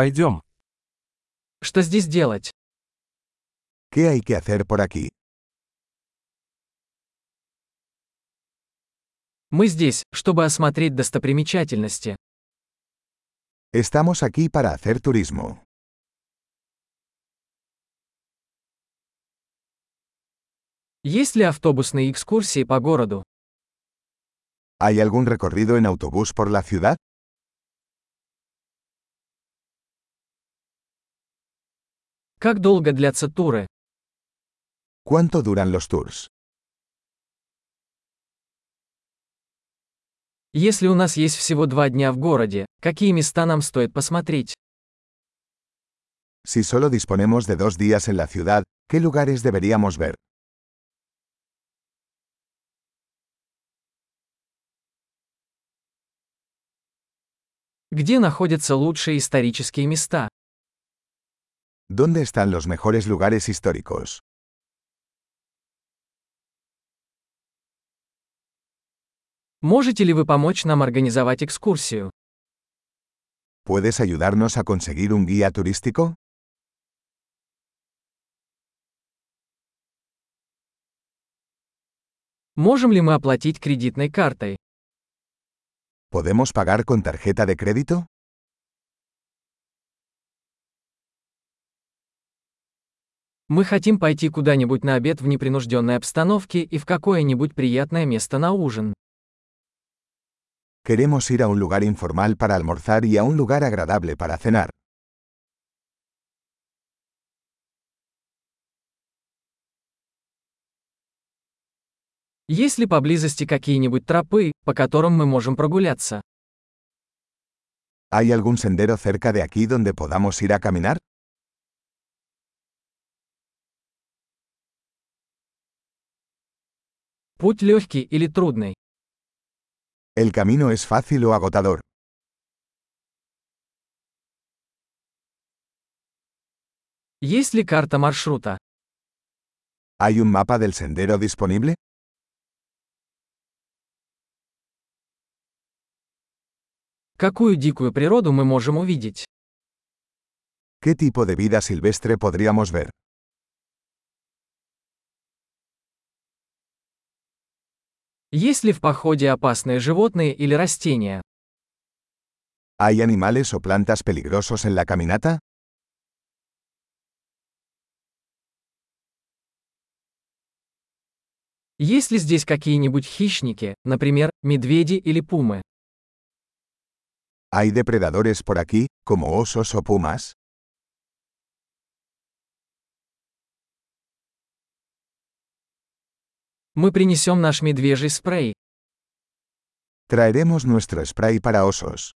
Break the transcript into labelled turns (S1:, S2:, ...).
S1: Пойдем.
S2: Что здесь делать?
S3: ¿Qué hay que hacer por aquí?
S2: Мы здесь, чтобы осмотреть достопримечательности.
S3: Estamos aquí para hacer turismo.
S2: Есть ли автобусные экскурсии по городу?
S3: ¿Hay algún recorrido en autobús por la ciudad?
S2: Как долго длятся туры?
S3: ¿Cuánto duran los tours?
S2: Если у нас есть всего два дня в городе, какие места нам стоит посмотреть?
S3: Si solo disponemos de dos días en la ciudad, ¿qué lugares deberíamos ver?
S2: Где находятся лучшие исторические места?
S3: ¿Dónde están los mejores lugares históricos?
S2: Можете ли вы помочь нам организовать экскурсию?
S3: ¿Puedes ayudarnos a conseguir un guía turístico?
S2: Можем ли мы оплатить кредитной картой?
S3: ¿Podemos pagar con tarjeta de crédito?
S2: Мы хотим пойти куда-нибудь на обед в непринужденной обстановке и в какое-нибудь приятное место на ужин.
S3: Queremos ir a un lugar informal para almorzar y a un lugar agradable para cenar.
S2: Есть ли поблизости какие-нибудь тропы, по которым мы можем прогуляться?
S3: ¿Hay algún sendero cerca de aquí donde podamos ir a caminar?
S2: Путь легкий или трудный?
S3: ¿El camino es fácil o agotador?
S2: Есть ли карта маршрута?
S3: ¿Hay un mapa del sendero disponible?
S2: Какую дикую природу мы можем увидеть?
S3: ¿Qué tipo de vida silvestre podríamos ver?
S2: Есть ли в походе опасные животные или растения?
S3: ¿Hay animales o plantas peligrosos en la caminata?
S2: Есть ли здесь какие-нибудь хищники, например, медведи или пумы?
S3: ¿Hay depredadores por aquí, como osos o pumas?
S2: Мы принесем наш медвежий спрей.
S3: Traeremos nuestro spray para osos.